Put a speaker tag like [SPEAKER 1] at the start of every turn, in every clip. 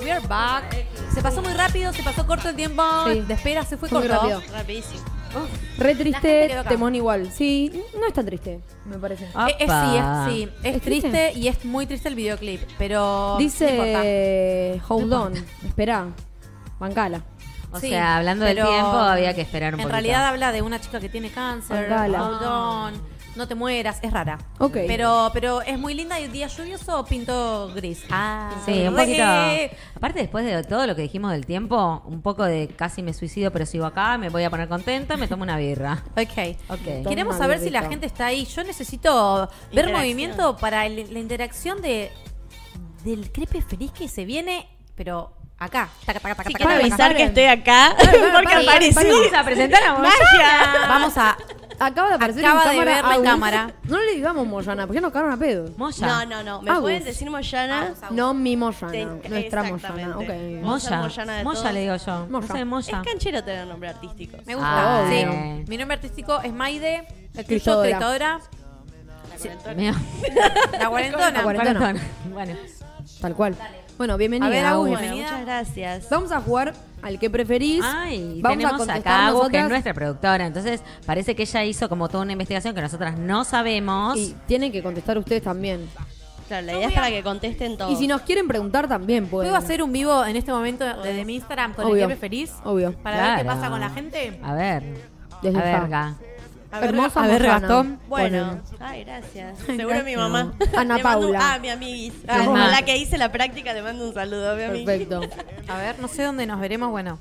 [SPEAKER 1] We are back. Se pasó muy rápido, se pasó corto el tiempo
[SPEAKER 2] Sí.
[SPEAKER 1] de espera, se fue
[SPEAKER 2] Fue muy
[SPEAKER 1] corto. Oh.
[SPEAKER 2] rápido.
[SPEAKER 3] Rapidísimo.
[SPEAKER 2] Re
[SPEAKER 1] gente
[SPEAKER 2] triste,
[SPEAKER 1] quedó acá.
[SPEAKER 2] temón igual. Sí, no es tan triste, me parece.
[SPEAKER 1] Eh, eh, sí, es, sí. Es,
[SPEAKER 2] ¿Es
[SPEAKER 1] triste?
[SPEAKER 2] triste?
[SPEAKER 1] y es muy triste el videoclip, pero no importa.
[SPEAKER 2] Dice, hold on, espera, bancala.
[SPEAKER 4] O
[SPEAKER 1] Sí,
[SPEAKER 4] sea, hablando del
[SPEAKER 1] pero,
[SPEAKER 4] tiempo, había que esperar un
[SPEAKER 1] En
[SPEAKER 4] poquito.
[SPEAKER 1] realidad habla de una chica que tiene cáncer,
[SPEAKER 2] Ojalá.
[SPEAKER 1] hold on, no te mueras, es rara.
[SPEAKER 2] Ok.
[SPEAKER 1] Pero, pero es muy linda y día lluvioso pintó gris.
[SPEAKER 4] Ah, sí, un
[SPEAKER 1] re-
[SPEAKER 4] poquito. Aparte, después de todo lo que dijimos del tiempo, un poco de casi me suicido, pero sigo acá, me voy a poner contenta, me tomo una birra.
[SPEAKER 1] Ok.
[SPEAKER 4] Ok.
[SPEAKER 1] Queremos
[SPEAKER 2] Toma,
[SPEAKER 1] saber si
[SPEAKER 2] bebita.
[SPEAKER 1] la gente está ahí. Yo necesito ver
[SPEAKER 3] Interacción.
[SPEAKER 1] movimiento para el- la interacción de del crepe feliz que se viene, pero acá. Taca, taca, taca,
[SPEAKER 3] Si
[SPEAKER 1] taca,
[SPEAKER 3] quiero
[SPEAKER 1] taca, taca.
[SPEAKER 3] avisar que estoy acá, porque
[SPEAKER 2] paren,
[SPEAKER 3] aparecí.
[SPEAKER 2] paren.
[SPEAKER 4] Vamos a presentar a
[SPEAKER 3] ¡Vaya!
[SPEAKER 1] Vamos a
[SPEAKER 2] Acaba de aparecer
[SPEAKER 1] Acaba
[SPEAKER 2] en
[SPEAKER 1] de
[SPEAKER 2] cámara.
[SPEAKER 1] verla en
[SPEAKER 2] Agus.
[SPEAKER 1] cámara.
[SPEAKER 2] No le digamos Moyana, porque ya nos cagaron a pedo.
[SPEAKER 4] Moya.
[SPEAKER 3] No, no, no. ¿Me
[SPEAKER 2] Agus.
[SPEAKER 3] pueden decir Moyana?
[SPEAKER 2] No mi Moyana,
[SPEAKER 3] Te-
[SPEAKER 2] nuestra Moyana.
[SPEAKER 3] exactamente.
[SPEAKER 2] Ok.
[SPEAKER 3] Vamos a
[SPEAKER 4] Moya.
[SPEAKER 3] Moyana de
[SPEAKER 4] Moya
[SPEAKER 3] todos.
[SPEAKER 4] le digo yo.
[SPEAKER 2] Moya.
[SPEAKER 4] No sé, Moya.
[SPEAKER 3] Es canchero tener nombre artístico.
[SPEAKER 1] Me gusta.
[SPEAKER 4] Ah,
[SPEAKER 1] sí.
[SPEAKER 4] bien.
[SPEAKER 1] Mi nombre artístico es Maide, el tuyo
[SPEAKER 2] Cristódora.
[SPEAKER 1] Cristódora,
[SPEAKER 4] Mío.
[SPEAKER 1] la
[SPEAKER 2] La
[SPEAKER 1] cuarentona.
[SPEAKER 2] cuarentona.
[SPEAKER 4] Perdón. Bueno.
[SPEAKER 2] Tal cual. Bueno, bienvenida.
[SPEAKER 1] A ver, Agus,
[SPEAKER 2] Agus.
[SPEAKER 1] bueno.
[SPEAKER 3] Bueno, muchas gracias.
[SPEAKER 2] Vamos a jugar al que preferís.
[SPEAKER 4] Ay,
[SPEAKER 2] Vamos a
[SPEAKER 4] tenemos
[SPEAKER 2] contestar
[SPEAKER 4] acá a Agus, que es
[SPEAKER 2] nosotras.
[SPEAKER 4] nuestra productora. Entonces, parece que ella hizo como toda una investigación que nosotras no sabemos.
[SPEAKER 2] Y tienen que contestar ustedes también.
[SPEAKER 3] Claro, la idea es para que contesten todos.
[SPEAKER 2] Y si nos quieren preguntar también pueden.
[SPEAKER 1] ¿Puedo hacer un vivo en este momento desde mi Instagram con
[SPEAKER 2] Obvio.
[SPEAKER 1] el que preferís?
[SPEAKER 2] Obvio.
[SPEAKER 1] Para ver qué
[SPEAKER 4] Claro.
[SPEAKER 1] pasa con la gente.
[SPEAKER 4] A ver.
[SPEAKER 2] Desde
[SPEAKER 4] a
[SPEAKER 2] el fa.
[SPEAKER 4] verga.
[SPEAKER 3] A ver,
[SPEAKER 2] Hermosa
[SPEAKER 1] a ver,
[SPEAKER 2] Moyana.
[SPEAKER 1] Gastón.
[SPEAKER 3] Bueno,
[SPEAKER 2] Ponele.
[SPEAKER 3] ay, gracias. Seguro mi mamá.
[SPEAKER 2] Ana
[SPEAKER 3] Le mando un-
[SPEAKER 2] Paula.
[SPEAKER 3] Ah, mi amiguis. Ah,
[SPEAKER 4] Ana.
[SPEAKER 3] con la que hice la práctica le mando un saludo, mi amiguis.
[SPEAKER 2] Perfecto.
[SPEAKER 1] A ver, no sé dónde nos veremos. Bueno,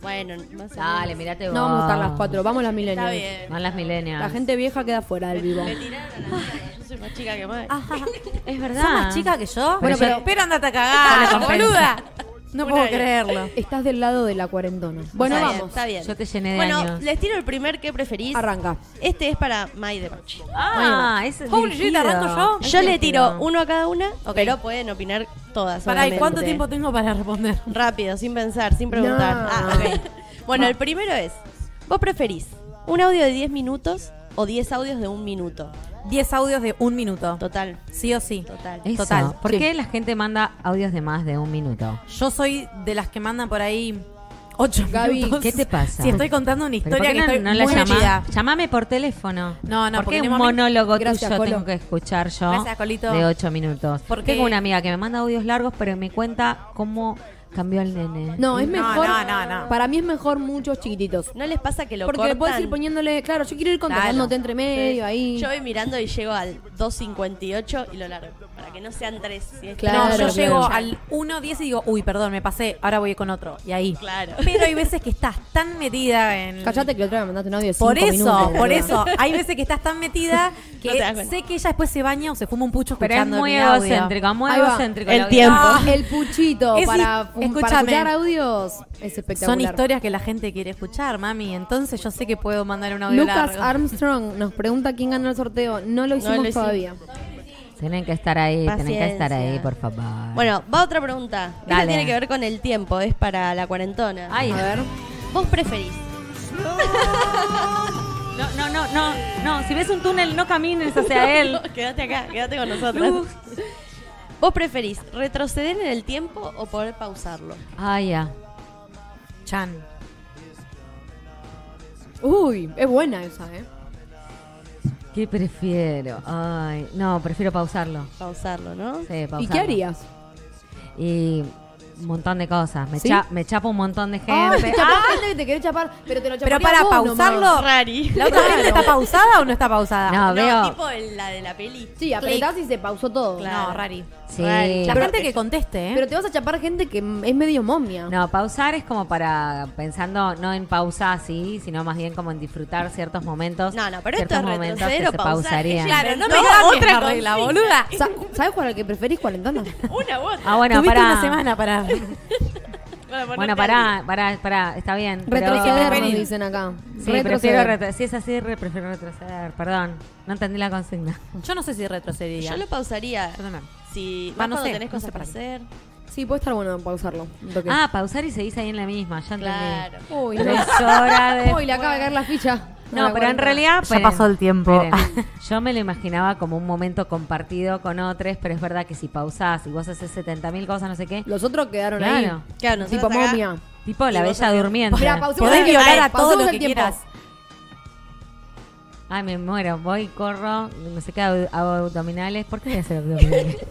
[SPEAKER 3] Bueno, más o
[SPEAKER 4] Dale,
[SPEAKER 3] menos.
[SPEAKER 4] mirate vos.
[SPEAKER 2] No vamos a estar las cuatro, vamos las
[SPEAKER 3] Está
[SPEAKER 2] millennials.
[SPEAKER 3] bien.
[SPEAKER 4] Van las milenias.
[SPEAKER 2] La gente vieja queda fuera del vivo.
[SPEAKER 3] Me tiraron a la mierda, yo soy más chica que más.
[SPEAKER 1] Ah,
[SPEAKER 4] Es verdad.
[SPEAKER 1] ¿son más chica que yo?
[SPEAKER 4] Bueno,
[SPEAKER 1] pero,
[SPEAKER 4] pero-
[SPEAKER 1] espera, andate a cagar,
[SPEAKER 4] Dale,
[SPEAKER 1] boluda. No
[SPEAKER 3] Una
[SPEAKER 1] puedo
[SPEAKER 3] vez.
[SPEAKER 1] creerlo.
[SPEAKER 2] Estás del lado de la cuarentona. Bueno,
[SPEAKER 3] Está bien,
[SPEAKER 2] vamos.
[SPEAKER 3] Está bien.
[SPEAKER 4] Yo te llené de
[SPEAKER 3] bueno,
[SPEAKER 4] años.
[SPEAKER 3] les tiro el primer que preferís.
[SPEAKER 2] Arranca.
[SPEAKER 3] Este es para May de Mochi.
[SPEAKER 4] Ah, es
[SPEAKER 1] Holy shit,
[SPEAKER 4] dirigido.
[SPEAKER 1] ¿arranco yo?
[SPEAKER 4] Es
[SPEAKER 3] Yo le
[SPEAKER 4] dirigido.
[SPEAKER 3] tiro uno a cada una,
[SPEAKER 1] Ok.
[SPEAKER 3] pero pueden opinar todas.
[SPEAKER 1] Pará, ¿y
[SPEAKER 3] obviamente.
[SPEAKER 1] cuánto tiempo tengo para responder?
[SPEAKER 3] Rápido, sin pensar, sin preguntar.
[SPEAKER 2] No.
[SPEAKER 3] Ah, ok. Bueno, el primero es, ¿vos preferís un audio de 10 minutos o 10 audios de un minuto?
[SPEAKER 1] 10 audios de un minuto.
[SPEAKER 3] Total,
[SPEAKER 1] Sí o sí.
[SPEAKER 3] total.
[SPEAKER 4] Eso.
[SPEAKER 1] Total.
[SPEAKER 4] ¿Por qué la gente manda audios de más de un minuto?
[SPEAKER 1] Yo soy de las que mandan por ahí 8
[SPEAKER 2] Gaby,
[SPEAKER 1] minutos.
[SPEAKER 4] ¿qué te pasa?
[SPEAKER 1] Si estoy contando una
[SPEAKER 4] ¿Pero
[SPEAKER 1] historia que
[SPEAKER 4] ¿Por qué
[SPEAKER 1] estoy
[SPEAKER 4] no, no la
[SPEAKER 1] muy metida.
[SPEAKER 4] llamás? Llamame por teléfono.
[SPEAKER 1] No, no,
[SPEAKER 4] ¿Por
[SPEAKER 1] porque
[SPEAKER 4] qué
[SPEAKER 1] en
[SPEAKER 4] un
[SPEAKER 1] un momento-
[SPEAKER 4] monólogo
[SPEAKER 2] Gracias,
[SPEAKER 4] tuyo
[SPEAKER 2] Colo.
[SPEAKER 4] tengo que escuchar yo
[SPEAKER 1] Gracias, Colito.
[SPEAKER 4] de ocho minutos?
[SPEAKER 1] Porque-
[SPEAKER 4] Tengo una amiga que me manda audios largos, pero me cuenta cómo cambió el nene.
[SPEAKER 2] No, es
[SPEAKER 1] No,
[SPEAKER 2] mejor.
[SPEAKER 1] no, no, no.
[SPEAKER 2] Para mí es mejor muchos chiquititos.
[SPEAKER 3] ¿No les pasa que lo
[SPEAKER 2] Porque
[SPEAKER 3] cortan?
[SPEAKER 2] le puedes ir poniéndole, claro, yo quiero ir contestándote entre medio ahí.
[SPEAKER 3] Yo voy mirando y llego al 2.58 y lo largo, para que no sean tres. si es-
[SPEAKER 2] Claro,
[SPEAKER 1] no, yo
[SPEAKER 2] claro.
[SPEAKER 1] llego al 1.10 y digo, uy, perdón, me pasé, ahora voy con otro. Y ahí.
[SPEAKER 3] Claro.
[SPEAKER 1] Pero hay veces que estás tan metida en.
[SPEAKER 2] Callate que la otra vez me mandaste un audio de cinco
[SPEAKER 1] Por eso,
[SPEAKER 2] minutos, boluda.
[SPEAKER 1] por eso. Hay veces que estás tan metida
[SPEAKER 3] No te
[SPEAKER 1] que
[SPEAKER 3] das cuenta.
[SPEAKER 1] sé que ella después se baña o se fuma un pucho
[SPEAKER 4] pero es
[SPEAKER 1] escuchando
[SPEAKER 4] muy
[SPEAKER 1] mi audio.
[SPEAKER 4] egocéntrica, muy
[SPEAKER 2] Ahí va.
[SPEAKER 4] egocéntrica.
[SPEAKER 3] El
[SPEAKER 4] la
[SPEAKER 3] tiempo.
[SPEAKER 2] Ah, El puchito
[SPEAKER 1] Es-
[SPEAKER 2] para, para
[SPEAKER 1] escúchame.
[SPEAKER 2] escuchar audios es espectacular.
[SPEAKER 1] Son historias que la gente quiere escuchar, mami. Entonces yo sé que puedo mandar un audio
[SPEAKER 2] Lucas
[SPEAKER 1] largo.
[SPEAKER 2] Armstrong nos pregunta quién ganó el sorteo. No lo hicimos
[SPEAKER 3] lo hicimos.
[SPEAKER 2] todavía.
[SPEAKER 4] audiencia. Tienen que estar ahí, tienen que
[SPEAKER 3] Paciencia.
[SPEAKER 4] estar ahí, por favor.
[SPEAKER 3] Bueno, va otra pregunta. Esta
[SPEAKER 4] Dale.
[SPEAKER 3] tiene que ver con el tiempo, es para la cuarentona.
[SPEAKER 4] Ay,
[SPEAKER 2] A ver.
[SPEAKER 3] ¿Vos preferís?
[SPEAKER 4] no, no, no, no, no, si ves un túnel no camines hacia él.
[SPEAKER 3] quédate acá, quédate con nosotros. ¿Vos preferís retroceder en el tiempo o poder pausarlo?
[SPEAKER 1] Ah,
[SPEAKER 4] Ay, ya.
[SPEAKER 1] Chan.
[SPEAKER 2] Uy, es buena esa, ¿eh?
[SPEAKER 4] ¿Qué prefiero? Ay, no, prefiero pausarlo.
[SPEAKER 3] Pausarlo, ¿no?
[SPEAKER 4] Sí, pausarlo.
[SPEAKER 2] ¿Y qué harías?
[SPEAKER 4] Y un montón de cosas. Me,
[SPEAKER 2] ¿Sí?
[SPEAKER 4] cha- me chapo un montón de
[SPEAKER 2] Ay, te
[SPEAKER 4] gente.
[SPEAKER 2] chapás gente que te querés chapar, pero te lo
[SPEAKER 1] Pero
[SPEAKER 2] chaparías
[SPEAKER 1] para
[SPEAKER 2] vos nomás.
[SPEAKER 1] pausarlo,
[SPEAKER 3] Rari.
[SPEAKER 1] ¿la otra gente está pausada o no está pausada?
[SPEAKER 4] No,
[SPEAKER 3] No,
[SPEAKER 4] veo.
[SPEAKER 3] tipo el- la de la peli.
[SPEAKER 2] Sí, apretás y se pausó todo.
[SPEAKER 3] Claro.
[SPEAKER 1] No, Rari.
[SPEAKER 4] Sí.
[SPEAKER 1] La
[SPEAKER 2] Pero-
[SPEAKER 1] gente que conteste, ¿eh?
[SPEAKER 2] Pero te vas a chapar gente que m- es medio momia.
[SPEAKER 4] No, pausar es como para pensando no en pausa así, sino más bien como en disfrutar ciertos momentos.
[SPEAKER 3] No, no, pero esto
[SPEAKER 4] ciertos
[SPEAKER 3] es
[SPEAKER 4] momentos
[SPEAKER 3] retroceder
[SPEAKER 4] que
[SPEAKER 3] o
[SPEAKER 4] se
[SPEAKER 3] pausar.
[SPEAKER 4] pausarían.
[SPEAKER 3] Ella-
[SPEAKER 1] Claro, no, me
[SPEAKER 3] No,
[SPEAKER 1] cambies
[SPEAKER 3] otra
[SPEAKER 1] la regla,
[SPEAKER 3] consigna.
[SPEAKER 1] boluda.
[SPEAKER 2] Sa- ¿Sabes cuál es el que preferís, cuarentona?
[SPEAKER 3] Una u otra.
[SPEAKER 4] Ah, bueno,
[SPEAKER 1] Tuviste
[SPEAKER 4] pará.
[SPEAKER 1] una semana para... Ah,
[SPEAKER 3] Para ponerte
[SPEAKER 4] Bueno,
[SPEAKER 3] al
[SPEAKER 4] pará, pará, pará, está bien. pero-
[SPEAKER 2] Retroceder, nos
[SPEAKER 1] preferís.
[SPEAKER 2] dicen acá.
[SPEAKER 4] Sí, prefiero retro- si es así, re- prefiero retroceder. Perdón, no entendí la consigna.
[SPEAKER 1] Yo no sé si
[SPEAKER 3] día.
[SPEAKER 1] retrocedería.
[SPEAKER 3] Yo lo pausaría.
[SPEAKER 1] Perdóname.
[SPEAKER 3] Si
[SPEAKER 1] Ah,
[SPEAKER 3] más
[SPEAKER 1] no
[SPEAKER 3] cuando
[SPEAKER 1] sé,
[SPEAKER 3] tenés
[SPEAKER 1] no
[SPEAKER 3] cosas
[SPEAKER 1] sé
[SPEAKER 3] para
[SPEAKER 1] por
[SPEAKER 3] hacer.
[SPEAKER 2] Sí, puede estar bueno pausarlo. un toque.
[SPEAKER 4] Ah, pausar y seguís ahí en la misma, ya entendí.
[SPEAKER 3] Claro.
[SPEAKER 2] Uy, no.
[SPEAKER 4] Tres horas de...
[SPEAKER 2] Uy, le acaba de caer la ficha.
[SPEAKER 4] No, pero en realidad.
[SPEAKER 1] Ya pasó el tiempo.
[SPEAKER 4] esperen. Yo me lo imaginaba como un momento compartido con otros, pero es verdad que si pausás y vos haces 70.000 cosas, no sé qué.
[SPEAKER 2] Los otros quedaron
[SPEAKER 4] Claro.
[SPEAKER 2] ahí.
[SPEAKER 3] Claro, nosotros
[SPEAKER 2] Tipo
[SPEAKER 3] acá-
[SPEAKER 2] momia.
[SPEAKER 4] Tipo la
[SPEAKER 3] Y vos
[SPEAKER 4] bella
[SPEAKER 3] haces-
[SPEAKER 4] durmiente.
[SPEAKER 2] Mirá, pausemos
[SPEAKER 1] Podés
[SPEAKER 2] el tiempo.
[SPEAKER 1] violar a
[SPEAKER 2] Pausemos
[SPEAKER 1] todo lo
[SPEAKER 2] el
[SPEAKER 1] que
[SPEAKER 2] tiempo.
[SPEAKER 1] quieras.
[SPEAKER 4] Ay, me muero. Voy, corro, no sé qué, hago hago abdominales. ¿Por qué voy a hacer abdominales?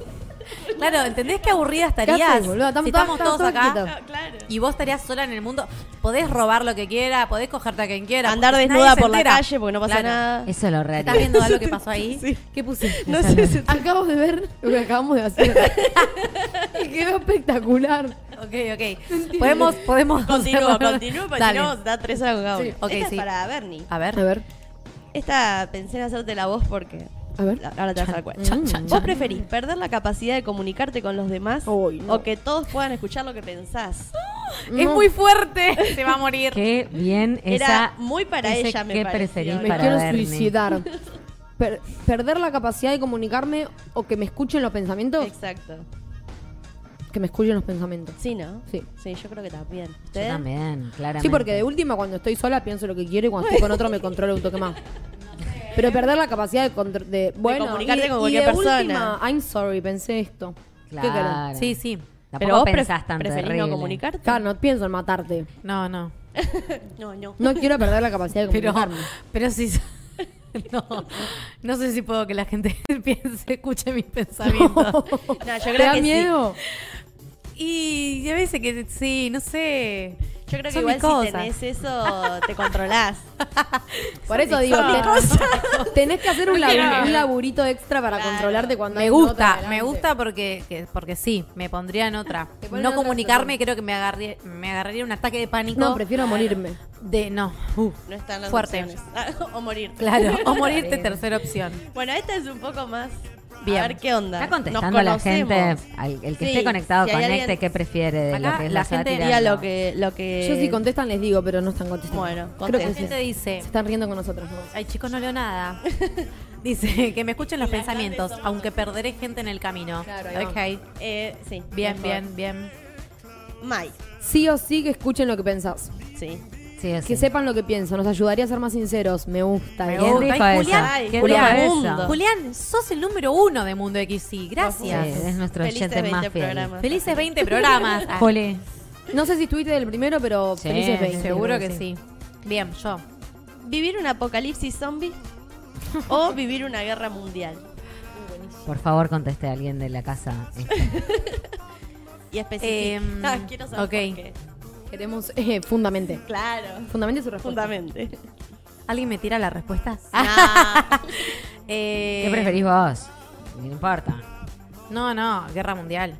[SPEAKER 1] Claro, ¿entendés qué aburrida
[SPEAKER 2] ¿Qué haces,
[SPEAKER 1] estarías?
[SPEAKER 2] boluda? Estamos
[SPEAKER 1] si
[SPEAKER 2] todas-
[SPEAKER 1] estamos
[SPEAKER 2] estamos
[SPEAKER 1] todos
[SPEAKER 2] todas
[SPEAKER 1] acá
[SPEAKER 2] quietas.
[SPEAKER 3] Ah, Claro.
[SPEAKER 1] y vos estarías sola en el mundo, podés robar lo que quiera, podés cogerte a quien quiera.
[SPEAKER 3] Andar
[SPEAKER 1] porque nadie
[SPEAKER 3] desnuda
[SPEAKER 1] se
[SPEAKER 3] por la
[SPEAKER 1] entera.
[SPEAKER 3] calle porque no pasa
[SPEAKER 1] Claro.
[SPEAKER 3] nada.
[SPEAKER 4] Eso lo real.
[SPEAKER 1] ¿Estás viendo algo que pasó ahí?
[SPEAKER 3] Sí.
[SPEAKER 2] ¿Qué puse?
[SPEAKER 3] No sé si
[SPEAKER 2] Acabamos de ver lo que acabamos de hacer. y quedó espectacular.
[SPEAKER 1] Ok, ok. Podemos, podemos.
[SPEAKER 3] Continúo, continúo, porque si
[SPEAKER 1] Dale.
[SPEAKER 3] no, da tres horas con cada uno.
[SPEAKER 2] Sí.
[SPEAKER 1] Ok,
[SPEAKER 3] Esta
[SPEAKER 1] sí. Ah.
[SPEAKER 3] es para Bernie.
[SPEAKER 1] A
[SPEAKER 2] A
[SPEAKER 1] ver.
[SPEAKER 2] ver,
[SPEAKER 3] Esta pensé en hacerte la voz porque
[SPEAKER 2] a ver.
[SPEAKER 3] ahora te vas a dar cuenta.
[SPEAKER 4] Chan, chan,
[SPEAKER 3] ¿Vos preferís perder la capacidad de comunicarte con los demás
[SPEAKER 2] Uy, no.
[SPEAKER 3] o que todos puedan escuchar lo que pensás?
[SPEAKER 1] Es muy fuerte. Se va a morir.
[SPEAKER 4] Qué bien esa.
[SPEAKER 3] Era muy para
[SPEAKER 4] ese
[SPEAKER 3] ella, me
[SPEAKER 4] ¿Qué
[SPEAKER 3] pareció.
[SPEAKER 4] preferís
[SPEAKER 2] Me
[SPEAKER 4] para
[SPEAKER 2] quiero
[SPEAKER 4] Bernie?
[SPEAKER 2] suicidar. Per- perder la capacidad de comunicarme o que me escuchen los pensamientos.
[SPEAKER 3] Exacto.
[SPEAKER 2] Que me escuchen los pensamientos.
[SPEAKER 3] Sí, ¿no?
[SPEAKER 2] Sí.
[SPEAKER 3] Sí, yo creo que también.
[SPEAKER 4] Yo
[SPEAKER 3] ¿Ustedes?
[SPEAKER 4] también, claramente.
[SPEAKER 2] Sí, porque de última cuando estoy sola pienso lo que quiero y cuando estoy con otro me controlo un toque más. Pero perder la capacidad de, contr- de, bueno, y
[SPEAKER 3] comunicarte
[SPEAKER 2] de-
[SPEAKER 3] con
[SPEAKER 2] y
[SPEAKER 3] cualquier
[SPEAKER 2] de
[SPEAKER 3] persona.
[SPEAKER 2] última, I'm sorry, pensé esto. ¿Qué querés?
[SPEAKER 4] Claro.
[SPEAKER 1] Sí, sí.
[SPEAKER 4] Tampoco
[SPEAKER 3] Pero vos pre-
[SPEAKER 4] pensás tanto.
[SPEAKER 3] preferís
[SPEAKER 4] horrible.
[SPEAKER 3] no comunicarte.
[SPEAKER 2] Claro, no pienso en matarte.
[SPEAKER 1] No, no.
[SPEAKER 3] No, no.
[SPEAKER 2] No quiero perder la capacidad de
[SPEAKER 1] Pero,
[SPEAKER 2] comunicarme.
[SPEAKER 1] pero sí. No, no sé si puedo que la gente piense, escuche mis pensamientos.
[SPEAKER 3] No, yo
[SPEAKER 2] ¿Te
[SPEAKER 3] creo
[SPEAKER 2] da
[SPEAKER 3] que sí.
[SPEAKER 2] miedo?
[SPEAKER 1] Y a veces que sí, no sé.
[SPEAKER 3] Yo creo que
[SPEAKER 1] Son
[SPEAKER 3] igual
[SPEAKER 1] mis
[SPEAKER 3] si
[SPEAKER 1] cosas.
[SPEAKER 3] tenés eso, te controlás.
[SPEAKER 2] Por eso digo,
[SPEAKER 1] mis
[SPEAKER 2] ten- tenés que hacer un,
[SPEAKER 1] No quiero.
[SPEAKER 2] labu- un laburito extra para
[SPEAKER 3] Claro.
[SPEAKER 2] controlarte cuando
[SPEAKER 1] Me
[SPEAKER 2] hay
[SPEAKER 1] gusta,
[SPEAKER 2] nota
[SPEAKER 1] me
[SPEAKER 2] adelante.
[SPEAKER 1] gusta porque, que- porque sí, me pondría en otra.
[SPEAKER 2] Te ponen en
[SPEAKER 1] No
[SPEAKER 2] otra
[SPEAKER 1] comunicarme,
[SPEAKER 2] situación.
[SPEAKER 1] creo que me agarré, me agarraría un ataque de pánico.
[SPEAKER 2] No, prefiero morirme.
[SPEAKER 1] de no. Uh,
[SPEAKER 3] No están las
[SPEAKER 1] Fuerte.
[SPEAKER 3] opciones. Ah, o morirte.
[SPEAKER 1] claro, o morirte tercera opción.
[SPEAKER 3] Bueno, esta es un poco más.
[SPEAKER 1] Bien.
[SPEAKER 3] A ver qué onda.
[SPEAKER 4] Está
[SPEAKER 3] Nos
[SPEAKER 4] contestando la
[SPEAKER 3] conocemos.
[SPEAKER 4] gente, al- el que
[SPEAKER 3] Sí,
[SPEAKER 4] esté conectado,
[SPEAKER 3] si hay
[SPEAKER 4] conecte,
[SPEAKER 3] alguien-
[SPEAKER 4] qué prefiere de lo
[SPEAKER 1] Acá
[SPEAKER 4] que es
[SPEAKER 1] la
[SPEAKER 4] la
[SPEAKER 1] gente
[SPEAKER 4] sátira.
[SPEAKER 3] Diría
[SPEAKER 4] no.
[SPEAKER 3] lo que, lo
[SPEAKER 1] eh,
[SPEAKER 3] que.
[SPEAKER 2] Yo si contestan les digo, pero no están contestando.
[SPEAKER 3] Bueno,
[SPEAKER 2] creo que
[SPEAKER 1] La
[SPEAKER 3] contesten.
[SPEAKER 2] sí.
[SPEAKER 1] gente
[SPEAKER 2] Se
[SPEAKER 1] dice,
[SPEAKER 2] están riendo con nosotros. ¿no?
[SPEAKER 1] ay chicos, no leo nada. Dice que me escuchen los pensamientos, aunque perderé gente en el camino.
[SPEAKER 2] Claro, ahí va.
[SPEAKER 1] ok,
[SPEAKER 3] Eh, sí.
[SPEAKER 1] bien,
[SPEAKER 3] por
[SPEAKER 1] bien, bien.
[SPEAKER 3] favor. Mai.
[SPEAKER 2] Sí o sí que escuchen lo que pensás.
[SPEAKER 3] Sí.
[SPEAKER 4] Sí, o sí.
[SPEAKER 2] Que sepan lo que pienso. Nos ayudaría a ser más sinceros. Me gusta. ¿eh?
[SPEAKER 1] Me
[SPEAKER 2] bien.
[SPEAKER 4] ¿Quién
[SPEAKER 1] gusta.
[SPEAKER 4] dijo
[SPEAKER 1] Ay,
[SPEAKER 4] eso?
[SPEAKER 1] Julián,
[SPEAKER 3] ay,
[SPEAKER 4] ¿Quién
[SPEAKER 3] Julián.
[SPEAKER 4] dijo
[SPEAKER 3] Mundo.
[SPEAKER 4] eso?
[SPEAKER 1] Julián, sos el número uno de Mundo XY.
[SPEAKER 4] Sí,
[SPEAKER 1] Gracias.
[SPEAKER 4] es nuestro
[SPEAKER 3] Felices
[SPEAKER 4] oyente más
[SPEAKER 3] 20
[SPEAKER 4] fiel.
[SPEAKER 3] programas.
[SPEAKER 1] Felices 20 programas. Ah,
[SPEAKER 4] Juli.
[SPEAKER 2] No sé si estuviste del primero, pero
[SPEAKER 4] Sí,
[SPEAKER 2] felices 20.
[SPEAKER 1] seguro
[SPEAKER 2] creo
[SPEAKER 1] que sí. Bien, yo.
[SPEAKER 3] ¿Vivir un apocalipsis zombie o vivir una guerra mundial?
[SPEAKER 4] Por favor, conteste a alguien de la casa. Este,
[SPEAKER 3] Y específico.
[SPEAKER 1] Em,
[SPEAKER 3] Ah, quiero saber
[SPEAKER 1] ok.
[SPEAKER 3] por qué.
[SPEAKER 2] Queremos eh, fundamente.
[SPEAKER 3] Claro.
[SPEAKER 2] Fundamente su respuesta.
[SPEAKER 3] Fundamente.
[SPEAKER 1] ¿Alguien me tira la respuesta?
[SPEAKER 3] Ah.
[SPEAKER 1] Eh,
[SPEAKER 4] ¿Qué preferís vos? No importa.
[SPEAKER 1] No, no, guerra mundial.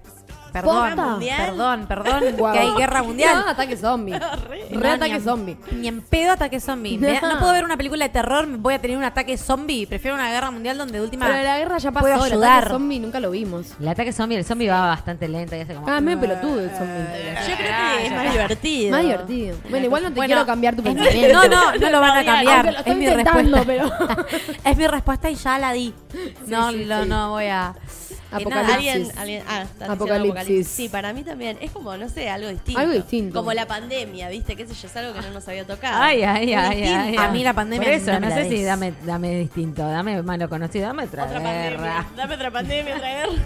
[SPEAKER 1] Perdón,
[SPEAKER 2] ¿Guerra
[SPEAKER 3] mundial?
[SPEAKER 1] perdón, perdón,
[SPEAKER 2] Guau.
[SPEAKER 1] que hay guerra mundial.
[SPEAKER 2] No, ataque zombie.
[SPEAKER 3] Re.
[SPEAKER 2] Re
[SPEAKER 1] No,
[SPEAKER 2] ataque
[SPEAKER 1] ni en-
[SPEAKER 2] zombie.
[SPEAKER 1] Ni en pedo ataque zombie. Me da- No.
[SPEAKER 2] No.
[SPEAKER 1] puedo ver una película de terror, voy a tener un ataque zombie. Prefiero una guerra mundial donde de última.
[SPEAKER 2] Pero la guerra ya pasó.
[SPEAKER 1] puedo
[SPEAKER 2] el ataque
[SPEAKER 1] ayudar.
[SPEAKER 2] zombie nunca lo vimos.
[SPEAKER 4] El ataque zombie, el zombie va bastante lento y hace como.
[SPEAKER 2] Ah, es medio pelotudo el zombie.
[SPEAKER 3] Yo creo que es más divertido.
[SPEAKER 2] Más divertido. Bueno, igual no te
[SPEAKER 1] Ah, Bueno,
[SPEAKER 2] quiero cambiar tu
[SPEAKER 1] es mi-
[SPEAKER 2] pensamiento.
[SPEAKER 1] No, no, no lo van a
[SPEAKER 3] Todavía no,
[SPEAKER 1] cambiar.
[SPEAKER 2] pero lo estoy
[SPEAKER 1] es mi
[SPEAKER 2] intentando,
[SPEAKER 1] respuesta. es mi respuesta y ya la di. No, lo- no voy a. Eh, nada,
[SPEAKER 2] Apocalipsis.
[SPEAKER 3] Alguien, alguien, ah, están diciendo
[SPEAKER 2] Apocalipsis.
[SPEAKER 3] apocalipsis. Sí, para mí también. Es como, no sé, algo distinto.
[SPEAKER 2] Algo distinto.
[SPEAKER 3] Como la pandemia, ¿viste? Qué sé yo, es algo que no nos había tocado.
[SPEAKER 4] Ay, ay, ay,
[SPEAKER 1] Distinto.
[SPEAKER 4] ay, ay.
[SPEAKER 1] A mí la pandemia
[SPEAKER 4] Por eso,
[SPEAKER 1] no
[SPEAKER 4] no,
[SPEAKER 1] me la
[SPEAKER 4] sé si
[SPEAKER 1] des.
[SPEAKER 4] dame, dame distinto, dame malo conocido, dame otra,
[SPEAKER 3] Otra
[SPEAKER 4] guerra.
[SPEAKER 3] pandemia. Dame otra pandemia, otra guerra.